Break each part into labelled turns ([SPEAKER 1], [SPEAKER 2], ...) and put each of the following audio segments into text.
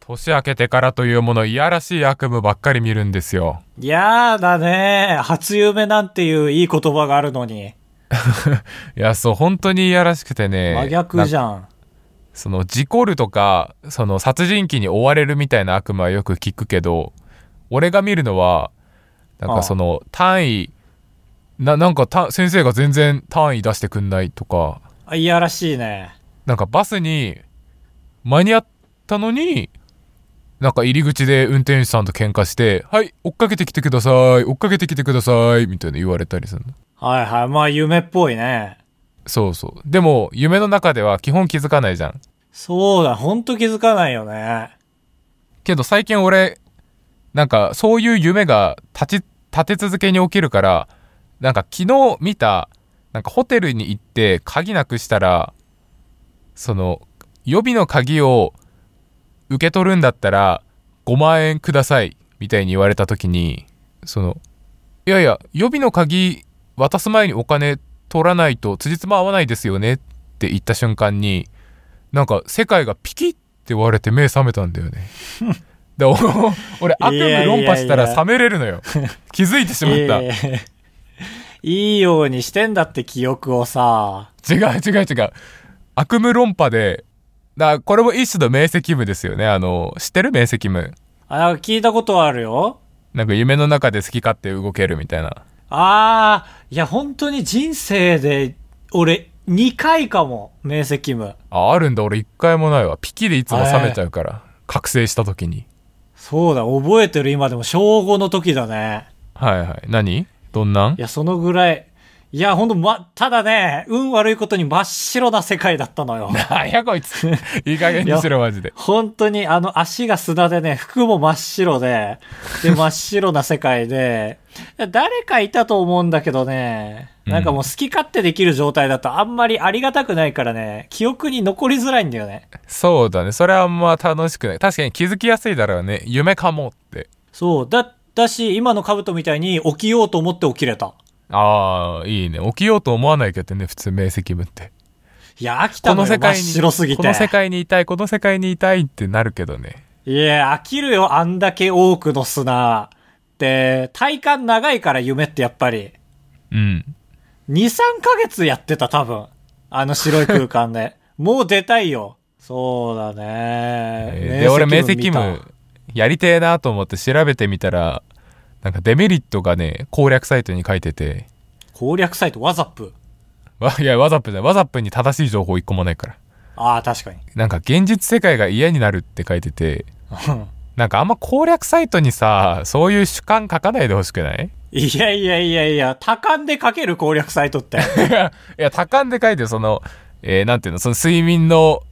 [SPEAKER 1] 年明けてからというもの、いやらしい悪夢ばっかり見るんですよ。
[SPEAKER 2] いやーだね。初夢なんていういい言葉があるのに。
[SPEAKER 1] いや、そう、本当にいやらしくてね。
[SPEAKER 2] 真逆じゃん。
[SPEAKER 1] その事故るとかその殺人鬼に追われるみたいな悪夢はよく聞くけど俺が見るのはなん
[SPEAKER 2] あ
[SPEAKER 1] か
[SPEAKER 2] あ
[SPEAKER 1] その単位ななんかた先生が全然単位出してくんないとか
[SPEAKER 2] あいやらしいね。
[SPEAKER 1] なんかバスに間に合ったのになんか入り口で運転手さんと喧嘩して「はい追っかけてきてください追っかけてきてください」みたいな言われたりするの
[SPEAKER 2] はいはい。まあ夢っぽいね。
[SPEAKER 1] そうそうでも夢の中では基本気づかないじゃん
[SPEAKER 2] そうだ。ほんと気づかないよね。
[SPEAKER 1] けど最近俺なんかそういう夢が立ち立て続けに起きるからなんか昨日見たなんかホテルに行って鍵なくしたらその予備の鍵を受け取るんだったら5万円くださいみたいに言われた時にそのいやいや予備の鍵渡す前にお金取らないと辻褄合わないですよねって言った瞬間になんか世界がピキって割れて目覚めたんだよ ね。でお俺悪
[SPEAKER 2] いや
[SPEAKER 1] 夢
[SPEAKER 2] いやい
[SPEAKER 1] 論
[SPEAKER 2] や
[SPEAKER 1] 破したら覚めれるのよ。気づいてしまった。
[SPEAKER 2] いい いいようにしてんだって記憶をさ。
[SPEAKER 1] 違う違う違う悪夢論破でだこれも一種の明晰夢ですよねあの知ってる明晰夢
[SPEAKER 2] あ、なんか聞いたことはあるよ。
[SPEAKER 1] なんか夢の中で好き勝手動けるみたいな
[SPEAKER 2] ああ、いや本当に人生で、俺、2回かも、明晰夢。
[SPEAKER 1] ああるんだ俺一回もないわピキでいつも覚めちゃうから覚醒した時に
[SPEAKER 2] そうだ、覚えてる今でも、小5の時だね。
[SPEAKER 1] はいはい何どんなん
[SPEAKER 2] いや、そのぐらい。いや、ほんと、ま、ただね、運悪いことに真っ白な世界だっ たのよ。
[SPEAKER 1] なんやこいついい加減にしろマジで
[SPEAKER 2] 本当に、あの、足が砂でね、服も真っ白で、で、真っ白な世界で、誰かいたと思うんだけどね、なんかもう好き勝手できる状態だとあんまりありがたくないからね、記憶に残りづらいんだよね。
[SPEAKER 1] そうだねそれはあんま楽しくない確かに気づきやすいだろうね夢かもって
[SPEAKER 2] そう。だ、だし、今の兜みたいに起きようと思って起きれた。
[SPEAKER 1] ああいいね起きようと思わないけどね普通明晰夢って
[SPEAKER 2] いや、飽きた
[SPEAKER 1] こ
[SPEAKER 2] の
[SPEAKER 1] の
[SPEAKER 2] よ
[SPEAKER 1] 世
[SPEAKER 2] 真っ
[SPEAKER 1] 界に
[SPEAKER 2] 白すぎて。
[SPEAKER 1] この世界にいたいこの世界にいたいってなるけどね
[SPEAKER 2] いや、飽きるよ、あんだけ多くの砂。で、体感長いから夢ってやっぱり。
[SPEAKER 1] うん
[SPEAKER 2] 2、3ヶ月やってた、多分。あの白い空間 で。もう出たいよ。そうだね。
[SPEAKER 1] えーで俺明晰
[SPEAKER 2] 見た
[SPEAKER 1] 夢やりてえなと思って調べてみたらなんかデメリットがね攻略サイトに書いてて
[SPEAKER 2] 攻略サイト、ワザップ。
[SPEAKER 1] わいやわざっぷじゃないわざっぷに正しい情報一個もないから
[SPEAKER 2] ああ、確かに。
[SPEAKER 1] なんか現実世界が嫌になるって書いてて
[SPEAKER 2] うん
[SPEAKER 1] なんかあんま攻略サイトにさそういう主観書かないでほしくない
[SPEAKER 2] いやいやいやいや、多感で書ける攻略サイト って。
[SPEAKER 1] いや多感で書いてその、えーなんていうのその睡眠の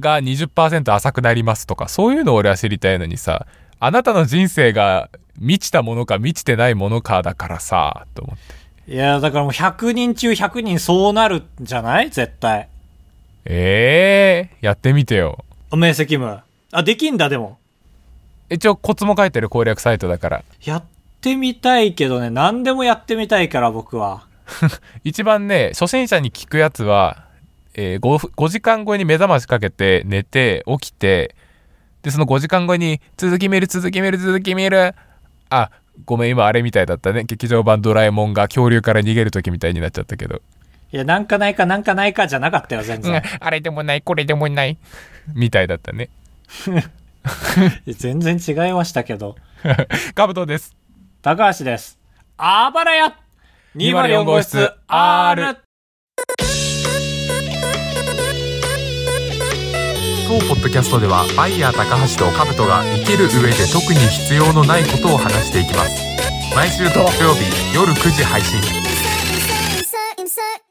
[SPEAKER 1] が20%浅くなりますとかそういうの俺は知りたいのにさあなたの人生が満ちたものか満ちてないものかだからさと思って。
[SPEAKER 2] いや、だからもう100人中100人そうなるんじゃない絶対。
[SPEAKER 1] ええやってみてよ。
[SPEAKER 2] 明晰夢。あ、できんだ、でも。
[SPEAKER 1] 一応コツも書いてる攻略サイトだから。
[SPEAKER 2] やってみたいけどね、何でもやってみたいから、僕は。
[SPEAKER 1] 一番ね、初心者に聞くやつは、え 5, 時間後に目覚ましかけて寝て起きて、で、その5時間後に続き見る続き見る続き見る。あ、ごめん今あれみたいだったね。劇場版ドラえもんが恐竜から逃げる時みたいになっちゃったけど。
[SPEAKER 2] いや、なんかないか、なんかないかじゃなかったよ、全
[SPEAKER 1] うん
[SPEAKER 2] 然。
[SPEAKER 1] あれでもない、これでもない。みたいだったね。
[SPEAKER 2] 全然違いましたけど。
[SPEAKER 1] カブトです。
[SPEAKER 2] 高橋です。あばらや !204
[SPEAKER 1] 204
[SPEAKER 2] 号
[SPEAKER 1] 号
[SPEAKER 2] 室
[SPEAKER 1] 室
[SPEAKER 2] R!
[SPEAKER 1] R 当ポッドキャストではバイヤー高橋とカブトが生きる上で特に必要のないことを話していきます毎週土曜日夜9時配信
[SPEAKER 3] insert, insert.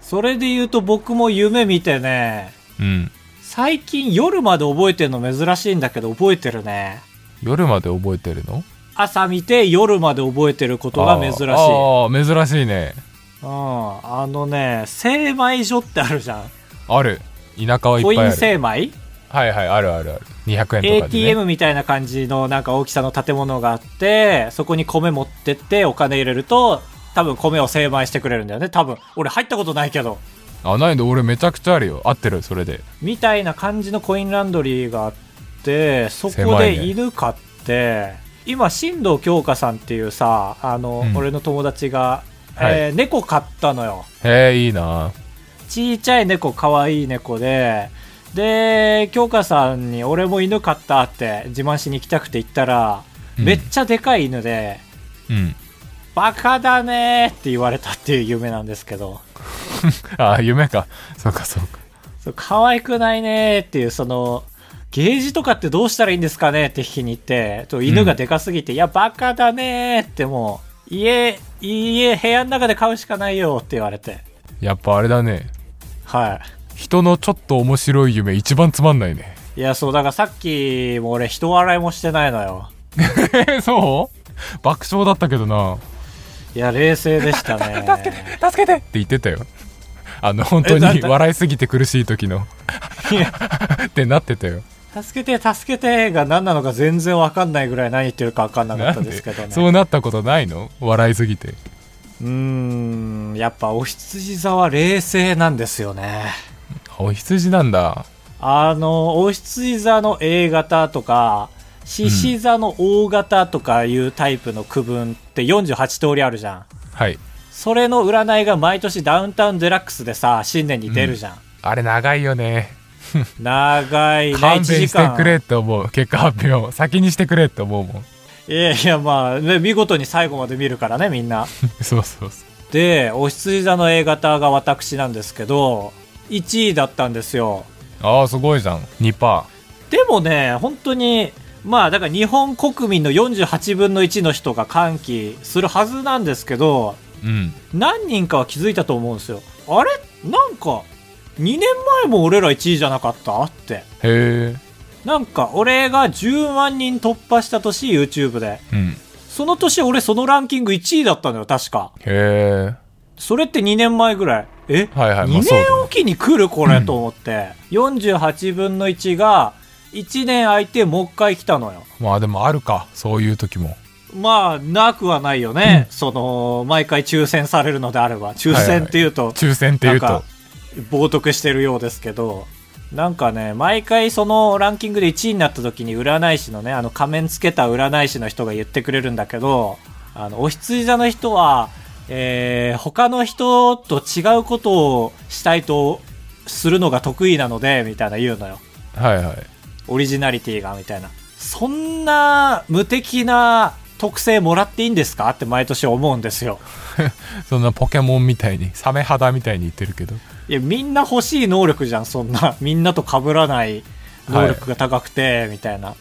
[SPEAKER 2] それで言うと僕も夢見てね、
[SPEAKER 1] うん
[SPEAKER 2] 最近夜まで覚えてるの珍しいんだけど覚えてるね。
[SPEAKER 1] 夜まで覚えてるの
[SPEAKER 2] 朝見て夜まで覚えてることが珍しい。
[SPEAKER 1] あーあー珍しいね
[SPEAKER 2] うん。あのね、精米所ってあるじゃん。
[SPEAKER 1] ある田舎はい
[SPEAKER 2] コ
[SPEAKER 1] っ
[SPEAKER 2] イ
[SPEAKER 1] ぱいあ
[SPEAKER 2] ン
[SPEAKER 1] る
[SPEAKER 2] 精米
[SPEAKER 1] はいはいあるあるある200円とかで、ね、
[SPEAKER 2] ATM みたいな感じのなんか大きさの建物があってそこに米持ってってお金入れると多分米を精米してくれるんだよね多分俺入ったことないけど
[SPEAKER 1] あないんだ俺めちゃくちゃあるよ合ってるそれで
[SPEAKER 2] みたいな感じのコインランドリーがあってそこ
[SPEAKER 1] 狭い
[SPEAKER 2] で
[SPEAKER 1] ね
[SPEAKER 2] 犬飼って、今新藤京香さんっていうさあの、
[SPEAKER 1] うん
[SPEAKER 2] 俺の友達が、
[SPEAKER 1] はい
[SPEAKER 2] えー猫飼ったのよ
[SPEAKER 1] へえいいな
[SPEAKER 2] ちいちゃい猫かわいい猫でで京香さんに「俺も犬飼った」って自慢しに行きたくて行ったら、
[SPEAKER 1] うん
[SPEAKER 2] めっちゃでかい犬で
[SPEAKER 1] うん
[SPEAKER 2] 「バカだね」って言われたっていう夢なんですけど
[SPEAKER 1] あ夢かそうかそうか
[SPEAKER 2] そう可愛くないねーっていうそのゲージとかってどうしたらいいんですかねって聞きに行ってと犬がでかすぎて、いやバカだねーってもう家家部屋の中で飼うしかないよって言われて
[SPEAKER 1] やっぱあれだね
[SPEAKER 2] は
[SPEAKER 1] 人のちょっと面白い夢一番つまんないね
[SPEAKER 2] いいやそうだからさっきも俺人笑いもしてないのよ
[SPEAKER 1] えそう爆笑だったけどない
[SPEAKER 2] や冷静でしたね
[SPEAKER 1] 助けてって言ってたよあの本当
[SPEAKER 2] えだ
[SPEAKER 1] に
[SPEAKER 2] だ
[SPEAKER 1] 笑いすぎて苦しい時の
[SPEAKER 2] いや
[SPEAKER 1] ってなってたよ
[SPEAKER 2] 助けて助けてが何なのか全然わかんないぐらい何言ってるか分かんなか
[SPEAKER 1] な
[SPEAKER 2] った
[SPEAKER 1] ん
[SPEAKER 2] ですけどね
[SPEAKER 1] でそうなったことないの笑いすぎて
[SPEAKER 2] うーんやっぱお羊座は冷静なんですよね
[SPEAKER 1] あお羊なんだ
[SPEAKER 2] あの、お羊座の A 型とか、獅子座の O 型とかいうタイプの区分って48通りあるじゃん。
[SPEAKER 1] はい
[SPEAKER 2] それの占いが毎年ダウンタウンデラックスでさ、新年に出るじゃん。
[SPEAKER 1] あれ長いよね
[SPEAKER 2] 長いね、1
[SPEAKER 1] 勘弁
[SPEAKER 2] 時
[SPEAKER 1] して
[SPEAKER 2] 間。
[SPEAKER 1] くれって思う結果発表先にしてくれって思うもん
[SPEAKER 2] いやいや、まあ、ね見事に最後まで見るからね、みんな。
[SPEAKER 1] そうそうそう
[SPEAKER 2] で、お羊座の A 型が私なんですけど、1位だったんですよ。
[SPEAKER 1] ああすごいじゃん2パ
[SPEAKER 2] でもね、本当に、まあだから日本国民の48分の1の人が歓喜するはずなんですけど、
[SPEAKER 1] ーうん
[SPEAKER 2] 何人かは気づいたと思うんですよ。あれなんか、2年前も俺ら1位じゃなかったって。
[SPEAKER 1] へえ
[SPEAKER 2] なんか、俺が10万人突破した年、YouTube で。
[SPEAKER 1] うん
[SPEAKER 2] その年俺そのランキング1位だったのよ、確か。
[SPEAKER 1] へえ
[SPEAKER 2] それって2年前ぐらい。え、
[SPEAKER 1] はいはいまあ
[SPEAKER 2] 2
[SPEAKER 1] そうだね
[SPEAKER 2] 年おきに来るこれと思って。48分の1が、1年空いてもう一回来たのよ。
[SPEAKER 1] まあでもあるかそういう時も
[SPEAKER 2] まあ、なくはないよね。その、毎回抽選されるのであれば。抽選っていうと、
[SPEAKER 1] 抽選っていう
[SPEAKER 2] なん
[SPEAKER 1] と
[SPEAKER 2] か冒涜してるようですけど、なんかね、毎回そのランキングで1位になった時に占い師のね、あの仮面つけた占い師の人が言ってくれるんだけど、あの、お羊座の人は、えー、他の人と違うことをしたいとするのが得意なので、みたいな言うのよ。
[SPEAKER 1] はいはい
[SPEAKER 2] オリジナリティが、みたいな。そんな無敵な特性もらっていいんですかって毎年思うんですよ。
[SPEAKER 1] そんなポケモンみたいにサメ肌みたいに言ってるけど
[SPEAKER 2] いや、みんな欲しい能力じゃん、そん な。みんなと被らない能力が高くて、みたいな。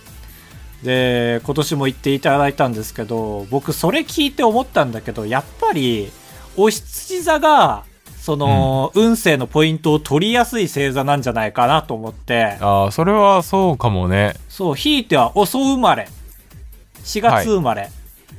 [SPEAKER 2] で、今年も言っていただいたんですけど、僕それ聞いて思ったんだけど、やっぱり、お羊座が、その、運勢のポイントを取りやすい星座なんじゃないかなと思って、
[SPEAKER 1] ああそれはそうかもね
[SPEAKER 2] そう、ひいては遅生まれ、4月生まれ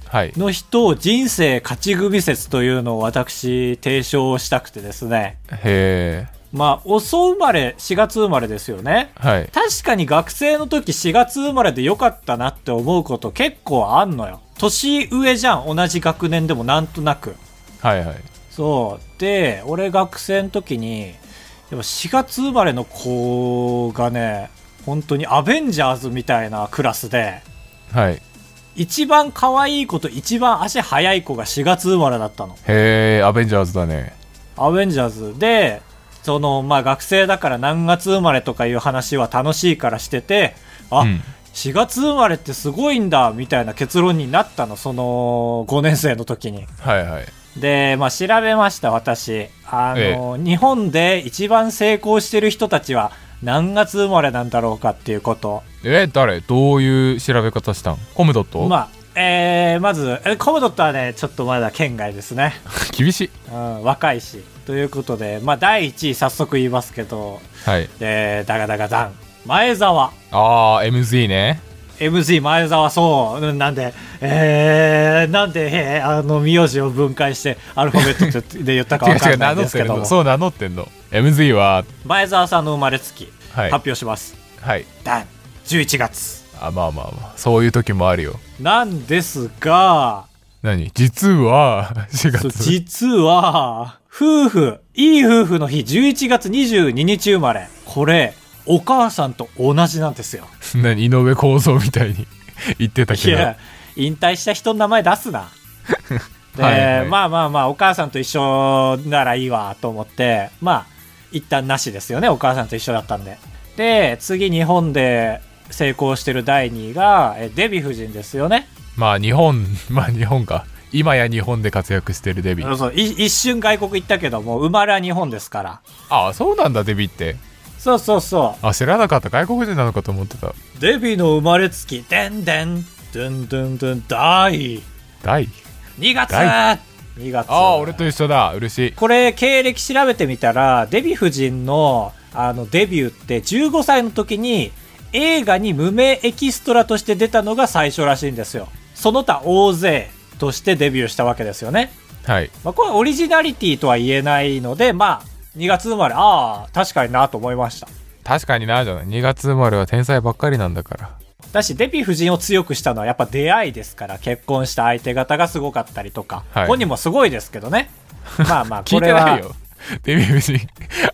[SPEAKER 1] はい
[SPEAKER 2] の人を人生勝ち組説というのを私提唱したくてですね、
[SPEAKER 1] へえ
[SPEAKER 2] まあ、遅生まれ、4月生まれですよね。
[SPEAKER 1] はい
[SPEAKER 2] 確かに学生の時4月生まれで良かったなって思うこと結構あんのよ。年上じゃん、同じ学年でもなんとなく。
[SPEAKER 1] はいはい
[SPEAKER 2] そう。で、俺学生の時に、でも4月生まれの子がね、本当にアベンジャーズみたいなクラスで、
[SPEAKER 1] はい
[SPEAKER 2] 一番可愛い子と一番足速い子が4月生まれだったの。
[SPEAKER 1] へえアベンジャーズだね
[SPEAKER 2] アベンジャーズで、その、まあ学生だから何月生まれとかいう話は楽しいからしてて、あ、
[SPEAKER 1] うん
[SPEAKER 2] 4月生まれってすごいんだ、みたいな結論になったの、その、5年生の時に。
[SPEAKER 1] はいはい
[SPEAKER 2] で、まあ調べました、私。あの、日本で一番成功してる人たちは何月生まれなんだろうかっていうこと。
[SPEAKER 1] え誰どういう調べ方したんコムドット、
[SPEAKER 2] まあ、えー、まず、えコムドットはね、ちょっとまだ県外ですね。
[SPEAKER 1] 厳しい
[SPEAKER 2] うん、若いし。ということで、まあ第1位早速言いますけど、
[SPEAKER 1] はい
[SPEAKER 2] えー、ダガダガダン。前澤。
[SPEAKER 1] ああ MZ ね
[SPEAKER 2] MZ 前澤そううんなんでえー、なんで、えーあの名字を分解してアルファベットってで言ったか
[SPEAKER 1] 違う
[SPEAKER 2] わ か
[SPEAKER 1] 違うん
[SPEAKER 2] な
[SPEAKER 1] 名
[SPEAKER 2] い
[SPEAKER 1] 乗
[SPEAKER 2] で
[SPEAKER 1] っ
[SPEAKER 2] す
[SPEAKER 1] て
[SPEAKER 2] け
[SPEAKER 1] ん
[SPEAKER 2] ど
[SPEAKER 1] の
[SPEAKER 2] も
[SPEAKER 1] そう名乗ってんの MZ は
[SPEAKER 2] 前澤さんの生まれつき、
[SPEAKER 1] はい
[SPEAKER 2] 発表します
[SPEAKER 1] はい
[SPEAKER 2] ダン11月
[SPEAKER 1] あまあまあまあそういう時もあるよ
[SPEAKER 2] なんですが
[SPEAKER 1] 何実は4
[SPEAKER 2] そう
[SPEAKER 1] 月
[SPEAKER 2] 実は夫婦、いい夫婦の日、11月22日生まれ。これ、お母さんと同じなんですよ。
[SPEAKER 1] 何井上構造みたいに 言ってた
[SPEAKER 2] い
[SPEAKER 1] けど
[SPEAKER 2] や、引退した人の名前出 すな。で、
[SPEAKER 1] はいはい
[SPEAKER 2] まあまあまあ、お母さんと一緒ならいいわと思って、まあ、一旦なしですよね、お母さんと一緒だったんで。で、次、日本で成功してる第2位が、えデヴィ夫人ですよね。
[SPEAKER 1] まあ日本まあ日本か今や日本で活躍してるデビ
[SPEAKER 2] そうい一瞬外国行ったけども、生まれは日本ですから。
[SPEAKER 1] ああそうなんだデビって
[SPEAKER 2] そうそうそう。
[SPEAKER 1] あ知らなかった外国人なのかと思ってた
[SPEAKER 2] デビの生まれつき、でんでん、でんでんでん、第
[SPEAKER 1] 大
[SPEAKER 2] 2月
[SPEAKER 1] は
[SPEAKER 2] !2 月。
[SPEAKER 1] ああ俺と一緒だ嬉しい
[SPEAKER 2] これ、経歴調べてみたら、デヴィ夫人の、あの、デビューって15歳の時に、映画に無名エキストラとして出たのが最初らしいんですよ。その他大勢としてデビューしたわけですよね。
[SPEAKER 1] はい
[SPEAKER 2] まあ、これオリジナリティとは言えないので、まあ、2月生まれ、ああ、確かになと思いました。
[SPEAKER 1] 確かになじゃない2月生まれは天才ばっかりなんだから
[SPEAKER 2] だし、デヴィ夫人を強くしたのはやっぱ出会いですから、結婚した相手方がすごかったりとか、
[SPEAKER 1] はい
[SPEAKER 2] 本人もすごいですけどね。まあまあ、
[SPEAKER 1] 聞
[SPEAKER 2] こ
[SPEAKER 1] い
[SPEAKER 2] れ
[SPEAKER 1] て
[SPEAKER 2] は。
[SPEAKER 1] ないよデビ夫人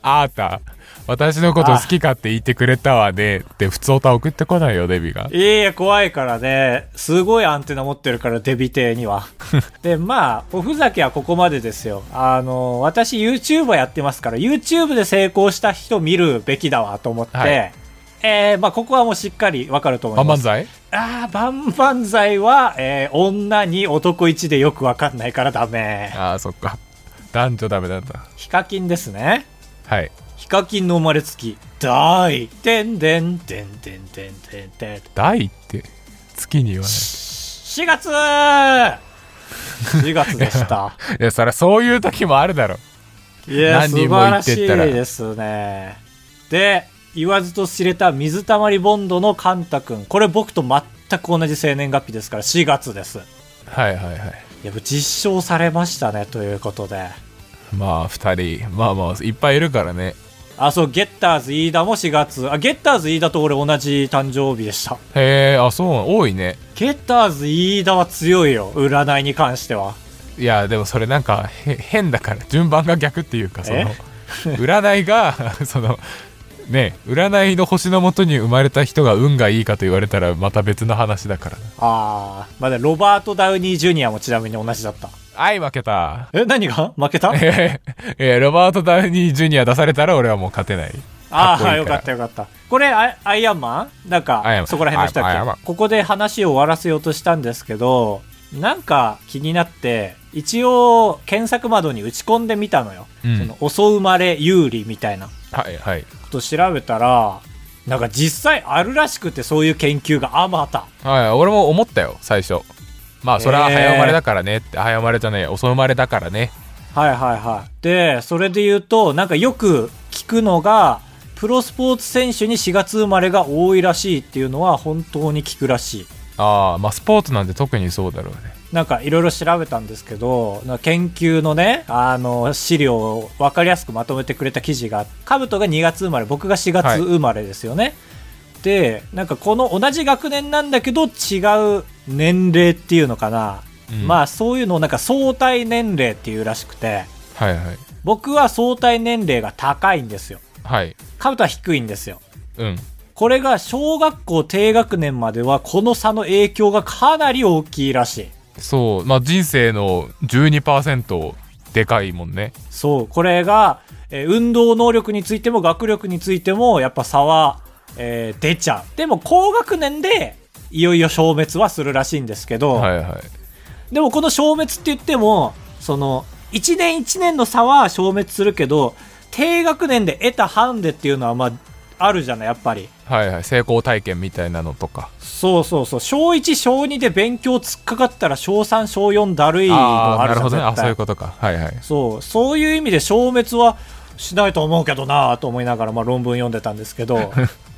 [SPEAKER 1] あーた私のこと好きかって言ってくれたわねって普通歌送ってこないよデビが
[SPEAKER 2] いやいや、怖いからね。すごいアンテナ持ってるから、デビ亭に は。で、まあ、おふざけはここまでですよ。あの、私 YouTuber やってますから、YouTube で成功した人見るべきだわと思って、
[SPEAKER 1] はい
[SPEAKER 2] えー、まあ、ここはもうしっかりわかると思
[SPEAKER 1] あ
[SPEAKER 2] いま
[SPEAKER 1] 漫
[SPEAKER 2] す。
[SPEAKER 1] 才
[SPEAKER 2] ああ、バンバンザイは、えー、女に男一でよくわかんないからダメ。
[SPEAKER 1] あーそっか男女ダメなんだ
[SPEAKER 2] ヒカキンですね。
[SPEAKER 1] はい
[SPEAKER 2] ヒカキンの生まれつき、大、でんでんでんでんでんでんでん。
[SPEAKER 1] 大って月に言わな
[SPEAKER 2] 4月 !4 月で した。
[SPEAKER 1] いいやそりゃそういう時もあるだろ
[SPEAKER 2] いや、
[SPEAKER 1] 何
[SPEAKER 2] 素
[SPEAKER 1] 人も
[SPEAKER 2] 晴
[SPEAKER 1] 言
[SPEAKER 2] ら
[SPEAKER 1] っ
[SPEAKER 2] してい
[SPEAKER 1] ったら
[SPEAKER 2] ですね。で、言わずと知れた水溜りボンドのカンタ君。これ僕と全く同じ生年月日ですから4月です。
[SPEAKER 1] はいはいはい
[SPEAKER 2] いや、実証されましたね、ということで。
[SPEAKER 1] まあ2人まあまあいっぱいいるからね
[SPEAKER 2] あ、そう、ゲッターズ飯田も4月。あ、ゲッターズ飯田と俺同じ誕生日でした。
[SPEAKER 1] へえあそうなん多いね
[SPEAKER 2] ゲッターズ飯田は強いよ、占いに関しては。
[SPEAKER 1] いやでもそれなんかへ変だから順番が逆っていうかその
[SPEAKER 2] え
[SPEAKER 1] 占いが そのね占いの星のもとに生まれた人が運がいいかと言われたらまた別の話だからな
[SPEAKER 2] あー、まだ、ロバート・ダウニー・ジュニアもちなみに同じだった。
[SPEAKER 1] はい負けた
[SPEAKER 2] え、何が負けた
[SPEAKER 1] ええロバート・ダウニー・ジュニア出されたら俺はもう勝てないか
[SPEAKER 2] あ
[SPEAKER 1] っこ
[SPEAKER 2] あ、
[SPEAKER 1] いい
[SPEAKER 2] よ
[SPEAKER 1] から
[SPEAKER 2] かったよかった。これ、アイアイアンマンなん
[SPEAKER 1] アイアンマ
[SPEAKER 2] か
[SPEAKER 1] ン、
[SPEAKER 2] そこら辺の人
[SPEAKER 1] アイアンマ
[SPEAKER 2] だ
[SPEAKER 1] ン
[SPEAKER 2] っけここで話を終わらせようとしたんですけど、なんか気になって、一応、検索窓に打ち込んでみたのよ。
[SPEAKER 1] うん
[SPEAKER 2] その、遅生まれ有利みたいなこ
[SPEAKER 1] はいはい
[SPEAKER 2] と調べたら、なんか実際あるらしくて、そういう研究があまた。
[SPEAKER 1] はい俺も思ったよ最初まあそれは早生まれだからねって、早生まれじゃない遅生まれだからね
[SPEAKER 2] はいはいはい。で、それで言うと、なんかよく聞くのが、プロスポーツ選手に4月生まれが多いらしいっていうのは本当に聞くらしい。
[SPEAKER 1] ああまあスポーツなんて特にそうだろうね
[SPEAKER 2] なんかいろいろ調べたんですけど、なんか研究のね、あの、資料を分かりやすくまとめてくれた記事が、カブトが2月生まれ、僕が4
[SPEAKER 1] はい
[SPEAKER 2] 月生まれですよね。で、なんかこの同じ学年なんだけど違う年齢っていうのかな。
[SPEAKER 1] うん
[SPEAKER 2] まあそういうのをなんか相対年齢っていうらしくて、
[SPEAKER 1] はいはい
[SPEAKER 2] 僕は相対年齢が高いんですよ。
[SPEAKER 1] はい
[SPEAKER 2] カブトは低いんですよ。
[SPEAKER 1] うん
[SPEAKER 2] これが小学校低学年まではこの差の影響がかなり大きいらしい。
[SPEAKER 1] そうまあ人生の12%でかいもんね
[SPEAKER 2] そう、これが、えー運動能力についても学力についても、やっぱ差は、えー出ちゃう。でも、高学年で、いよいよ消滅はするらしいんですけど、
[SPEAKER 1] はいはい
[SPEAKER 2] でもこの消滅って言っても、その、1年1年の差は消滅するけど、低学年で得たハンデっていうのは、まあ、あるじゃない、やっぱり。
[SPEAKER 1] はいはい成功体験みたいなのとか
[SPEAKER 2] そうそうそう。小1、小2で勉強突っかかったら、小3、小4だるいの
[SPEAKER 1] ああ
[SPEAKER 2] あ
[SPEAKER 1] なる
[SPEAKER 2] るじゃん
[SPEAKER 1] ほどねあ
[SPEAKER 2] 絶対
[SPEAKER 1] そういうことかはいはい
[SPEAKER 2] そう、そういう意味で消滅はしないと思うけどなぁと思いながら、まあ、論文読んでたんです けど、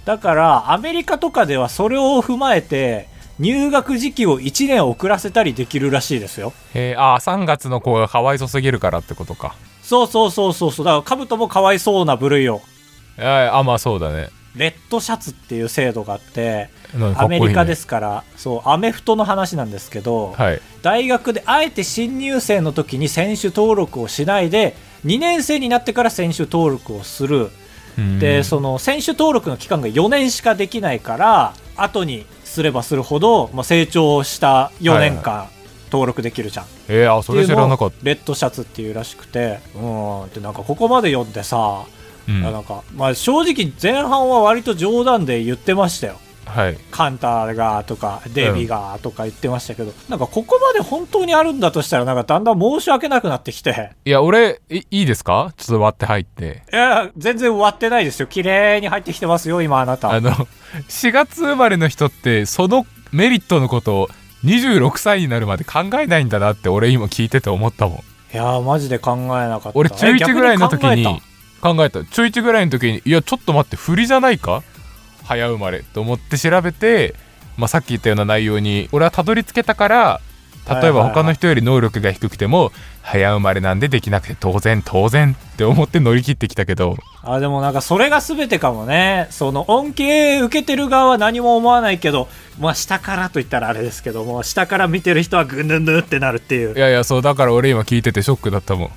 [SPEAKER 2] だからアメリカとかではそれを踏まえて、入学時期を1年遅らせたりできるらしいですよ。
[SPEAKER 1] へえああ3月の子がかわいそすぎるからってことか
[SPEAKER 2] そうそうそうそうそう、だからカブトもかわいそうな部類を、
[SPEAKER 1] ああまあそうだね
[SPEAKER 2] レッドシャツっていう制度があって、
[SPEAKER 1] なんかか
[SPEAKER 2] ア
[SPEAKER 1] っこい
[SPEAKER 2] メ
[SPEAKER 1] いね
[SPEAKER 2] リカですから、そう、アメフトの話なんですけど、
[SPEAKER 1] はい
[SPEAKER 2] 大学であえて新入生の時に選手登録をしないで2年生になってから選手登録をする。
[SPEAKER 1] うん
[SPEAKER 2] で、その選手登録の期間が4年しかできないから、後にすればするほど、まあ、成長した4年間登録できるじゃん。
[SPEAKER 1] えー、あ
[SPEAKER 2] って
[SPEAKER 1] そ
[SPEAKER 2] い
[SPEAKER 1] れ
[SPEAKER 2] う
[SPEAKER 1] 知
[SPEAKER 2] のを
[SPEAKER 1] らなかっ
[SPEAKER 2] レッドシャツっていうらしくて、うん、で、なんかここまで読んでさ、
[SPEAKER 1] た、うん、
[SPEAKER 2] なんか、まあ正直前半は割と冗談で言ってましたよ。
[SPEAKER 1] はい
[SPEAKER 2] カンタがとかデビがとか言ってましたけど、なんかここまで本当にあるんだとしたらなんかだんだん申し訳なくなってきて
[SPEAKER 1] いや俺いいいですかちょっと割って入って
[SPEAKER 2] いや全然終わってないですよ綺麗に入ってきてますよ今あなた
[SPEAKER 1] あの 4月生まれの人ってそのメリットのことを26歳になるまで考えないんだなって俺今聞いてて思ったもん
[SPEAKER 2] いやマジで考えなかった
[SPEAKER 1] 俺中
[SPEAKER 2] え逆
[SPEAKER 1] 1ぐらいの時に
[SPEAKER 2] 考え
[SPEAKER 1] 考えた中1ぐらいの時にいやちょっと待って振りじゃないか早生まれと思って調べて、まあ、さっき言ったような内容に俺はたどり着けたから例えば
[SPEAKER 2] はいはいはい
[SPEAKER 1] 他の人より能力が低くても早生まれなんでできなくて当然当然って思って乗り切ってきたけど
[SPEAKER 2] たあでもなんかそれが全てかもねその恩恵受けてる側は何も思わないけどまあ下からと言ったらあれですけども下から見てる人はぐぬぬってなるっていう
[SPEAKER 1] いやいやそうだから俺今聞いててショックだったもん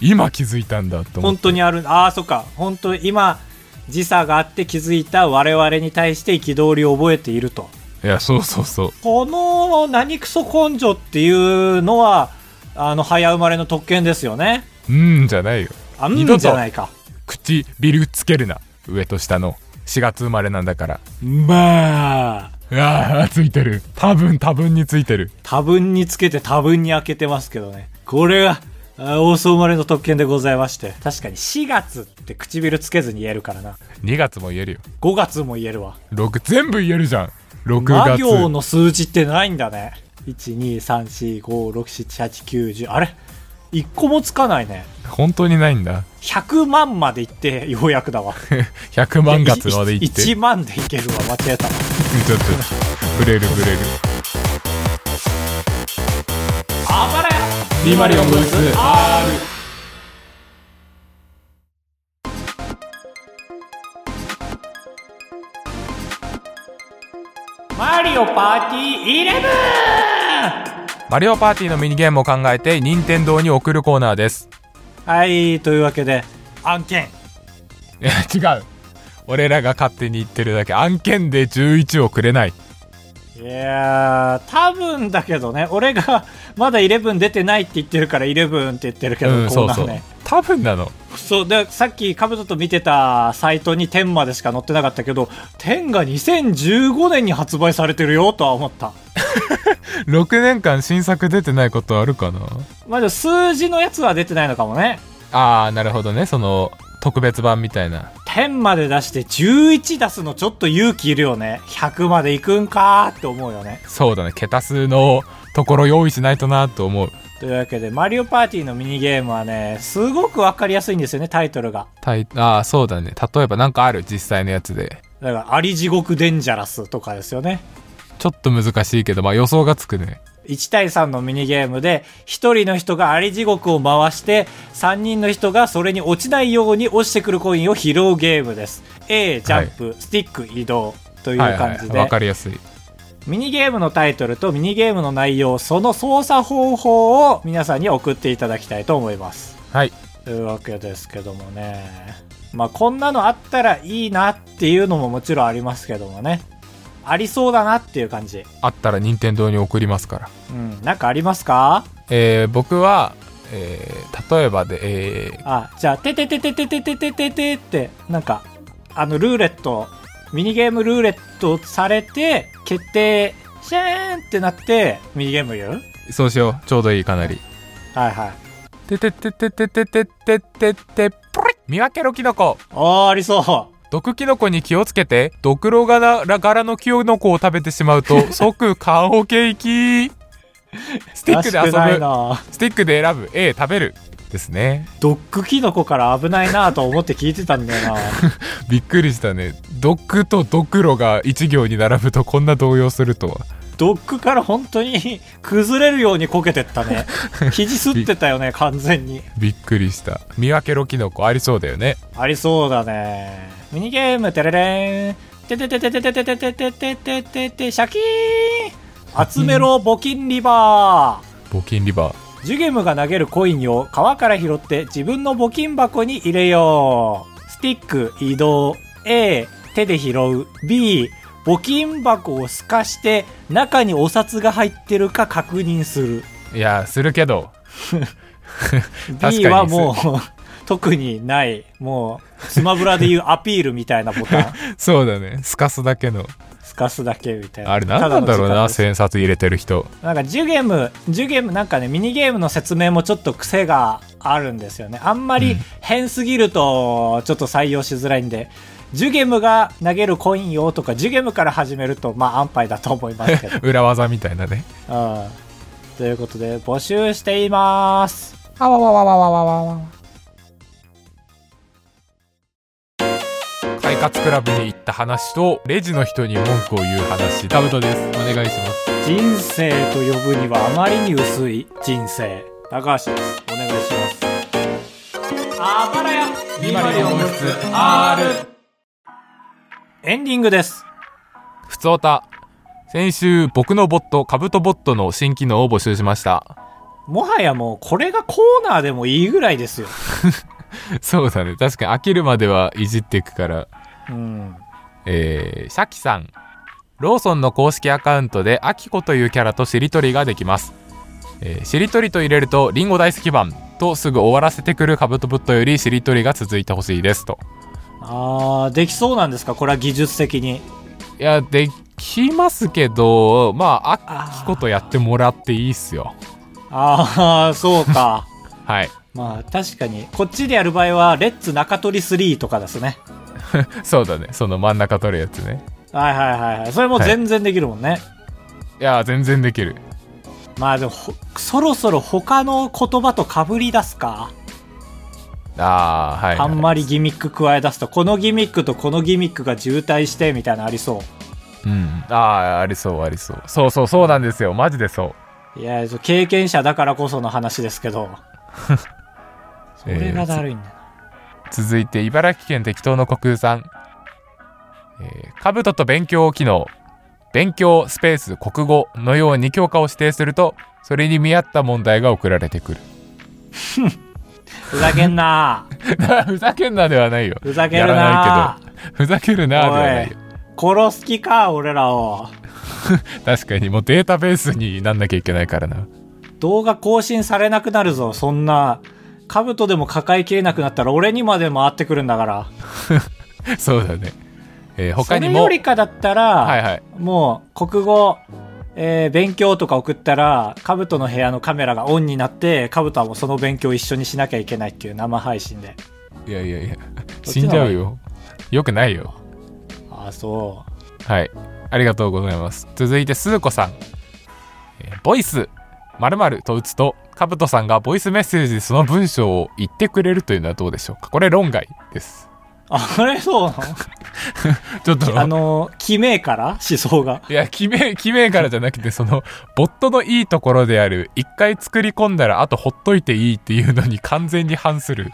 [SPEAKER 1] 今気づいたんだと思っ
[SPEAKER 2] 本
[SPEAKER 1] て
[SPEAKER 2] 当にあるああそっか本当に今時差があって気づいた我々に対して憤りを覚えていると
[SPEAKER 1] いやそうそうそう
[SPEAKER 2] この何クソ根性っていうのはあの早生まれの特権ですよね
[SPEAKER 1] うんじゃないよ
[SPEAKER 2] あん
[SPEAKER 1] 二度と
[SPEAKER 2] じゃないか
[SPEAKER 1] 口ビルつけるな上と下の4月生まれなんだから
[SPEAKER 2] まあ
[SPEAKER 1] ああついてる多分多分についてる
[SPEAKER 2] 多分につけて多分に開けてますけどねこれがあ大総生まれの特権でございまして確かに4月って唇つけずに言えるからな
[SPEAKER 1] 2月も言えるよ
[SPEAKER 2] 5月も言えるわ
[SPEAKER 1] 6全部言えるじゃん6
[SPEAKER 2] 魔
[SPEAKER 1] 月
[SPEAKER 2] 行の数字ってないんだね12345678910あれ一個もつかないね
[SPEAKER 1] 本当にないんだ
[SPEAKER 2] 100万までいってようやくだわ
[SPEAKER 1] 100万月までいってちょ
[SPEAKER 2] 1万でいけるわ間違えたわ
[SPEAKER 1] っとブレるブレる
[SPEAKER 2] あばれ
[SPEAKER 1] ビマリオンブース
[SPEAKER 2] マリオパーティー
[SPEAKER 1] マリオパーティーのミニゲームを考えて任天堂に送るコーナーです
[SPEAKER 2] 11! はいというわけで案件
[SPEAKER 1] いや違う俺らが勝手に言ってるだけ案件で11をくれない
[SPEAKER 2] いやー多分だけどね俺がまだ11出てないって言ってるから11って言ってるけど、
[SPEAKER 1] うん
[SPEAKER 2] こ
[SPEAKER 1] そうう
[SPEAKER 2] な
[SPEAKER 1] そ
[SPEAKER 2] ん
[SPEAKER 1] う
[SPEAKER 2] ね
[SPEAKER 1] 多分なの
[SPEAKER 2] そうでさっきカブトと見てたサイトに10までしか載ってなかったけど10が2015年に発売されてるよとは思った
[SPEAKER 1] 6年間新作出てないことあるかな
[SPEAKER 2] まあでも数字のやつは出てないのかもね
[SPEAKER 1] ああなるほどねその特別版みたいな
[SPEAKER 2] 10まで出して11出すのちょっと勇気いるよね100までいくんかーって思うよね
[SPEAKER 1] そうだね桁数のところ用意しないとなと思う
[SPEAKER 2] というわけで「マリオパーティー」のミニゲームはねすごく分かりやすいんですよねタイトルが
[SPEAKER 1] タイああそうだね例えばなんかある実際のやつで
[SPEAKER 2] だから「アリ地獄デンジャラス」とかですよね
[SPEAKER 1] ちょっと難しいけどまあ予想がつくね
[SPEAKER 2] 1対3のミニゲームで1人の人がアリ地獄を回して3人の人がそれに落ちないように落ちてくるコインを拾うゲームです A ジャンプ、スティック移動という
[SPEAKER 1] はいは
[SPEAKER 2] 感
[SPEAKER 1] い
[SPEAKER 2] じで、
[SPEAKER 1] わかりやすい
[SPEAKER 2] ミニゲームのタイトルとミニゲームの内容その操作方法を皆さんに送っていただきたいと思います
[SPEAKER 1] はい
[SPEAKER 2] というわけですけどもねまあこんなのあったらいいなっていうのももちろんありますけどもねありそうだなっていう感じ
[SPEAKER 1] あったら任天堂に送りますから
[SPEAKER 2] うんなんかありますか
[SPEAKER 1] えー、僕は、えー、例えばでえー、
[SPEAKER 2] あ、じゃあ、ててててててててててって、なんか、あの、ルーレット、ミニゲームルーレットされて、決定、シェーンってなって、ミニゲーム言う
[SPEAKER 1] そうしようちょうどいいかなり
[SPEAKER 2] はいはい。
[SPEAKER 1] ててててててててててプリッ見分けろキノコ
[SPEAKER 2] おー、ありそ
[SPEAKER 1] 毒キノコに気をつけて毒ロ柄柄のキノコを食べてしまうと即顔ケーキス
[SPEAKER 2] う。
[SPEAKER 1] ティッ
[SPEAKER 2] ら
[SPEAKER 1] ク
[SPEAKER 2] し
[SPEAKER 1] で
[SPEAKER 2] くない
[SPEAKER 1] 遊ぶ
[SPEAKER 2] な
[SPEAKER 1] スティックで選ぶ A 食べるですね
[SPEAKER 2] ドッグキノコから危ないなと思って聞いてたんだよな。
[SPEAKER 1] びっくりしたね毒と毒炉が一行に並ぶとこんな動揺するとは
[SPEAKER 2] ドッグから本当に崩れるようにこけてったね。肘すってたよね、完全に。
[SPEAKER 1] びっくりした見分けろキノコありそうだよね
[SPEAKER 2] ありそうだね。ミニゲーム、てれれん。てててててててててててててて、シャキーン集めろ、募金リバー。
[SPEAKER 1] 募金リバー
[SPEAKER 2] ジュゲムが投げるコインを川から拾って自分の募金箱に入れよう。スティック移動。A、手で拾う。B、募金箱を透かして中にお札が入ってるか確認する。
[SPEAKER 1] いやするけど確かに
[SPEAKER 2] B はもう特にない。もうスマブラでいうアピールみたいなボタン。
[SPEAKER 1] そうだねすかすだけの
[SPEAKER 2] 透かすだけみたいな。
[SPEAKER 1] あれ何なんだろうな
[SPEAKER 2] たの時間です
[SPEAKER 1] 千冊入れてる人
[SPEAKER 2] なんかジュゲーム、ジュゲームなんかね、ミニゲームの説明もちょっと癖があるんですよね。あんま
[SPEAKER 1] う
[SPEAKER 2] り
[SPEAKER 1] ん
[SPEAKER 2] 変すぎるとちょっと採用しづらいんで、ジュゲムが投げるコインよとか、ジュゲムから始めると、まあ安牌だと思いま すけど。
[SPEAKER 1] 裏技みたいなね
[SPEAKER 2] うん。ということで、募集しています。
[SPEAKER 1] あわわわわわわわわ快活クラブに行った話とレジの人に文句を言う話タブトですお願いします
[SPEAKER 2] 人生と呼ぶにはあまりに薄い人生。高橋です。お願いします。あばらやエンディングです。
[SPEAKER 1] ふつおた先週僕のボットカブトボットの新機能を募集しました
[SPEAKER 2] もはやもうこれがコーナーでもいいぐらいですよ。
[SPEAKER 1] そうだね確かに飽きるまではいじっていくから
[SPEAKER 2] うん。
[SPEAKER 1] えーシャキさんローソンの公式アカウントでアキコというキャラとしりとりができます、えーしりとりと入れるとリンゴ大好き版とすぐ終わらせてくるカブトブットよりしりとりが続いてほしいですと
[SPEAKER 2] あーできそうなんですかこれは技術的に。
[SPEAKER 1] いやできますけどまあ
[SPEAKER 2] あー
[SPEAKER 1] アキコとやってもらっていいっすよ
[SPEAKER 2] ああ、そう か。
[SPEAKER 1] はい
[SPEAKER 2] まあ確かに。こっちでやる場合は、レッツ中取り3とかですね。
[SPEAKER 1] そうだねその真ん中取るやつね
[SPEAKER 2] はいはいはいはい。それも全然できるもんね。
[SPEAKER 1] いや全然できる
[SPEAKER 2] まあでもほ、そろそろ他の言葉と被り出すか。
[SPEAKER 1] ああはい、
[SPEAKER 2] あんまりギミック加え出すと、このギミックとこのギミックが渋滞してみたいなのありそ
[SPEAKER 1] うんああーありそうありそうそうそうそうなんですよマジでそう
[SPEAKER 2] う。いや、そう経験者だからこその話です けど。それがだるいんだな。
[SPEAKER 1] 続いて茨城県適当の国空さん、えー、兜と勉強機能勉強スペース国語のように教科を指定するとそれに見合った問題が送られてくる
[SPEAKER 2] ふざけんな
[SPEAKER 1] ふざけんなではないよ
[SPEAKER 2] ふざける
[SPEAKER 1] や
[SPEAKER 2] な
[SPEAKER 1] らないけどふざける なではないよ
[SPEAKER 2] 殺す気か、俺らを。
[SPEAKER 1] 確かにもうデータベースになんなきゃいけないからな
[SPEAKER 2] 動画更新されなくなるぞ、そんな。兜でも抱えきれなくなったら俺にまで回ってくるんだから。
[SPEAKER 1] そうだね、えー他に
[SPEAKER 2] そ
[SPEAKER 1] も
[SPEAKER 2] れよりかだったら、
[SPEAKER 1] はいはい
[SPEAKER 2] もう国語、えー勉強とか送ったら、兜の部屋のカメラがオンになって、兜はもうその勉強を一緒にしなきゃいけないっていう生配信で。
[SPEAKER 1] いやいやいや
[SPEAKER 2] そ
[SPEAKER 1] 死
[SPEAKER 2] っち
[SPEAKER 1] ん
[SPEAKER 2] の
[SPEAKER 1] じ
[SPEAKER 2] 方
[SPEAKER 1] ゃ
[SPEAKER 2] がいうい
[SPEAKER 1] よよくないよ
[SPEAKER 2] ああ、そ
[SPEAKER 1] はい、ありがとうございます。続いて、スーコさん。えーボイス、まると打つと、カブトさんがボイスメッセージでその文章を言ってくれるというのはどうでしょうかこれ論外です。
[SPEAKER 2] う。あれそうな
[SPEAKER 1] ちょっと、
[SPEAKER 2] のあの、記名から思想が。
[SPEAKER 1] いや、決め、決めからじゃなくて、その、ボットのいいところである、一回作り込んだら、あとほっといていいっていうのに完全に反する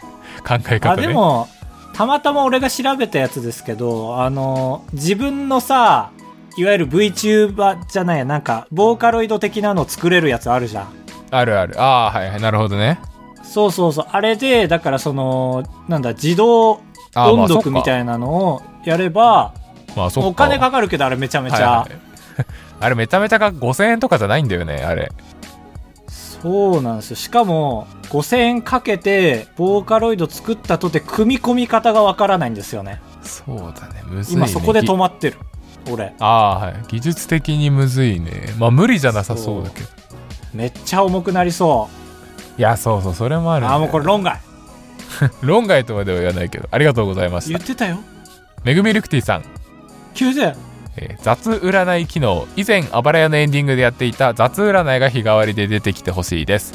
[SPEAKER 1] 考え
[SPEAKER 2] あ
[SPEAKER 1] 方ね。
[SPEAKER 2] でもたまたま俺が調べたやつですけどあの自分のさいわゆる VTuber じゃないやなんかボーカロイド的なの作れるやつあるじゃん
[SPEAKER 1] あるある。ああ、はいはい。なるほどね。
[SPEAKER 2] そうそうそうあれでだからそのなんだ自動
[SPEAKER 1] あーまあ
[SPEAKER 2] 音読みたいなのをやれば
[SPEAKER 1] まあ、そっか。
[SPEAKER 2] お金かかるけどあれめちゃめちゃ、
[SPEAKER 1] はいはい あれ、めちゃめちゃが5000円とかじゃないんだよね、あれ。
[SPEAKER 2] そうなんですよしかも5000円かけてボーカロイド作ったとて組み込み方がわからないんですよね
[SPEAKER 1] そうだね、むずい、ね。
[SPEAKER 2] 今そこで
[SPEAKER 1] ぎ
[SPEAKER 2] 止まってる俺
[SPEAKER 1] ああー、はい。技術的にむずいね。まあ、無理じゃなさそうだけど。
[SPEAKER 2] めっちゃ重くなりそう
[SPEAKER 1] いや、そうそう、それもある、ね。
[SPEAKER 2] ああもうこれ論外
[SPEAKER 1] 論外とまでは言わないけど、ありがとうございまし。
[SPEAKER 2] 言ったてたよ
[SPEAKER 1] めぐみルクティさん、
[SPEAKER 2] 90
[SPEAKER 1] えー雑占い機能。以前、あばら屋のエンディングでやっていた雑占いが日替わりで出てきてほしいです。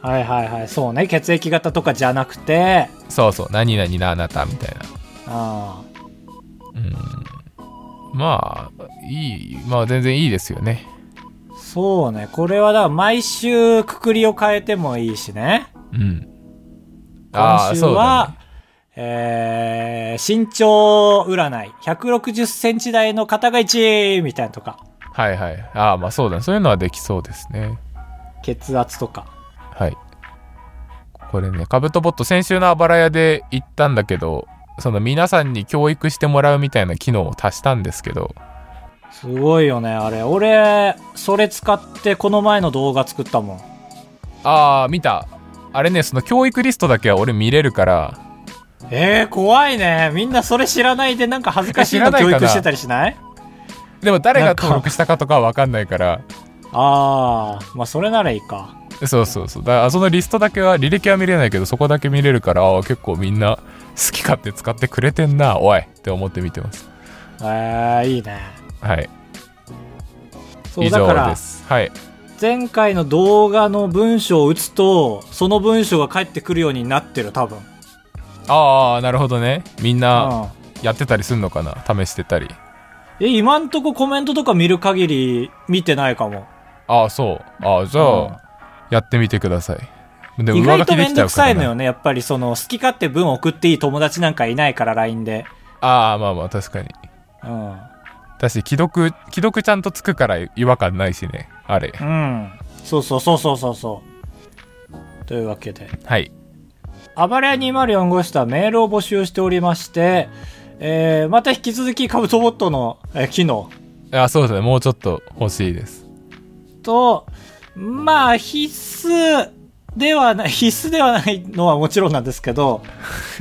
[SPEAKER 2] はいはいはいそうね血液型とかじゃなくて
[SPEAKER 1] そうそう、何々なあなたみたいな。
[SPEAKER 2] あ
[SPEAKER 1] うん。まあ、いい、まあ全然いいですよね。
[SPEAKER 2] ーそうねこれはだから毎週くくりを変えてもいいしね
[SPEAKER 1] うん。あ
[SPEAKER 2] 今
[SPEAKER 1] あ、
[SPEAKER 2] 週
[SPEAKER 1] そうだ
[SPEAKER 2] は
[SPEAKER 1] ね。、
[SPEAKER 2] えー、身長占い160センチ台の方が1位みたいなとか
[SPEAKER 1] はいはい。ああ、まあそうだね。そういうのはできそうですね。
[SPEAKER 2] 血圧とか
[SPEAKER 1] はい。これね、カブトボット、先週のあばら屋で行ったんだけど、その皆さんに教育してもらうみたいな機能を足したんですけど、
[SPEAKER 2] すごいよね、あれ。俺、それ使ってこの前の動画作ったもん。
[SPEAKER 1] あー、見た。あれね、その教育リストだけは俺見れるから、
[SPEAKER 2] えー、怖いね。みんなそれ知らないでなんか恥ずかしい
[SPEAKER 1] え知ら
[SPEAKER 2] の
[SPEAKER 1] ない
[SPEAKER 2] 教
[SPEAKER 1] かな
[SPEAKER 2] 育してたりしない
[SPEAKER 1] でも誰が
[SPEAKER 2] なんか
[SPEAKER 1] 登録したかとかは分かんないから、
[SPEAKER 2] あー、まあそれならいいか。
[SPEAKER 1] そうそうそう。だからそのリストだけは、履歴は見れないけど、そこだけ見れるから、あー結構みんな好き勝手使ってくれてんな、おいって思って見てます。
[SPEAKER 2] えー、いいね。
[SPEAKER 1] はい。
[SPEAKER 2] そう、
[SPEAKER 1] 以
[SPEAKER 2] だか
[SPEAKER 1] 上で
[SPEAKER 2] ら、
[SPEAKER 1] す。はい。
[SPEAKER 2] 前回の動画の文章を打つと、その文章が返ってくるようになってる、多分。
[SPEAKER 1] ああ、なるほどね。みんな
[SPEAKER 2] うん。
[SPEAKER 1] やってたりすんのかな試してたり。
[SPEAKER 2] え、今んとこコメントとか見る限り見てないかも。
[SPEAKER 1] ああ、そう。ああ、じゃ
[SPEAKER 2] うん
[SPEAKER 1] あ、やってみてください。で
[SPEAKER 2] 意外と
[SPEAKER 1] で
[SPEAKER 2] めんどくさいの
[SPEAKER 1] ね。
[SPEAKER 2] よね。やっぱりその、好き勝手文送っていい友達なんかいないから、LINE で。
[SPEAKER 1] ああ、まあまあ、確かに。
[SPEAKER 2] うん。
[SPEAKER 1] だし、既読、既読ちゃんとつくから違和感ないしね。あれ
[SPEAKER 2] う。ん。そうそうそうそうそうそう。というわけで。
[SPEAKER 1] はい。
[SPEAKER 2] あばれや204号室はメールを募集しておりまして、えー、また引き続きカブトボットの、えー機能
[SPEAKER 1] あそうですね。もうちょっと欲しいです。
[SPEAKER 2] と、まあ、必須ではない、 必須ではないのはもちろんなんですけど、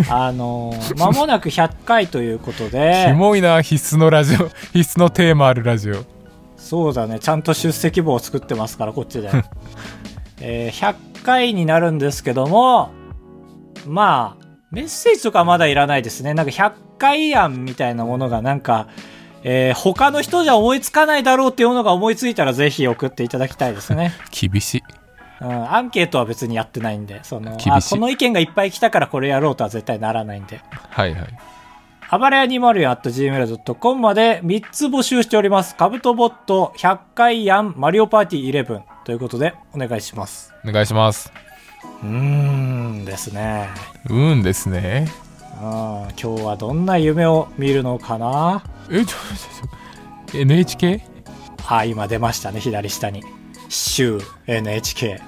[SPEAKER 2] あのー、まもなく100回ということ
[SPEAKER 1] キ
[SPEAKER 2] で、
[SPEAKER 1] モいな、必須のラジオ。 必須のテーマあるラジオ。
[SPEAKER 2] そうだね、ちゃんと出席簿を作ってますから、こっちで。 えー100回になるんですけども、まあ、メッセージとかまだいらないですね。なんか100回案みたいなものがなんか、えー他の人じゃ思いつかないだろうっていうものが思いついたらぜひ送っていただきたいで すね。
[SPEAKER 1] 厳しい。
[SPEAKER 2] うん、アンケートは別にやってないんで、その、
[SPEAKER 1] 厳しい
[SPEAKER 2] あ、この意見がいっぱい来たからこれやろうとは絶対ならないんで。
[SPEAKER 1] はいはい。
[SPEAKER 2] あばれや 204.gmail.com まで3つ募集しております。カブトボット100回やんマリオパーティー11ということでお願いします。
[SPEAKER 1] お願いします。
[SPEAKER 2] うーんですね。
[SPEAKER 1] うーんですね。
[SPEAKER 2] うん、今日はどんな夢を見るのかな
[SPEAKER 1] え、ちょ、ちょ、ちょ、NHK?
[SPEAKER 2] あ、今出ましたね、左下に。週 NHK。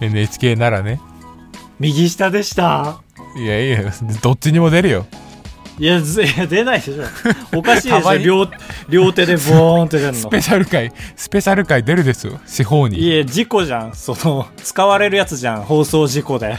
[SPEAKER 1] NHK ならね。
[SPEAKER 2] 右下でした。
[SPEAKER 1] いやいや、どっちにも出るよ。
[SPEAKER 2] いや、ずいや出ないでしょ。おかしいで
[SPEAKER 1] た
[SPEAKER 2] しょ。
[SPEAKER 1] まに
[SPEAKER 2] 両、両手でボーンって出る
[SPEAKER 1] ス
[SPEAKER 2] の
[SPEAKER 1] ペ。シャル回、スペシャル回出るですよ。四方
[SPEAKER 2] い
[SPEAKER 1] に。
[SPEAKER 2] え、事故じゃん。その、使われるやつじゃん。放送事故で。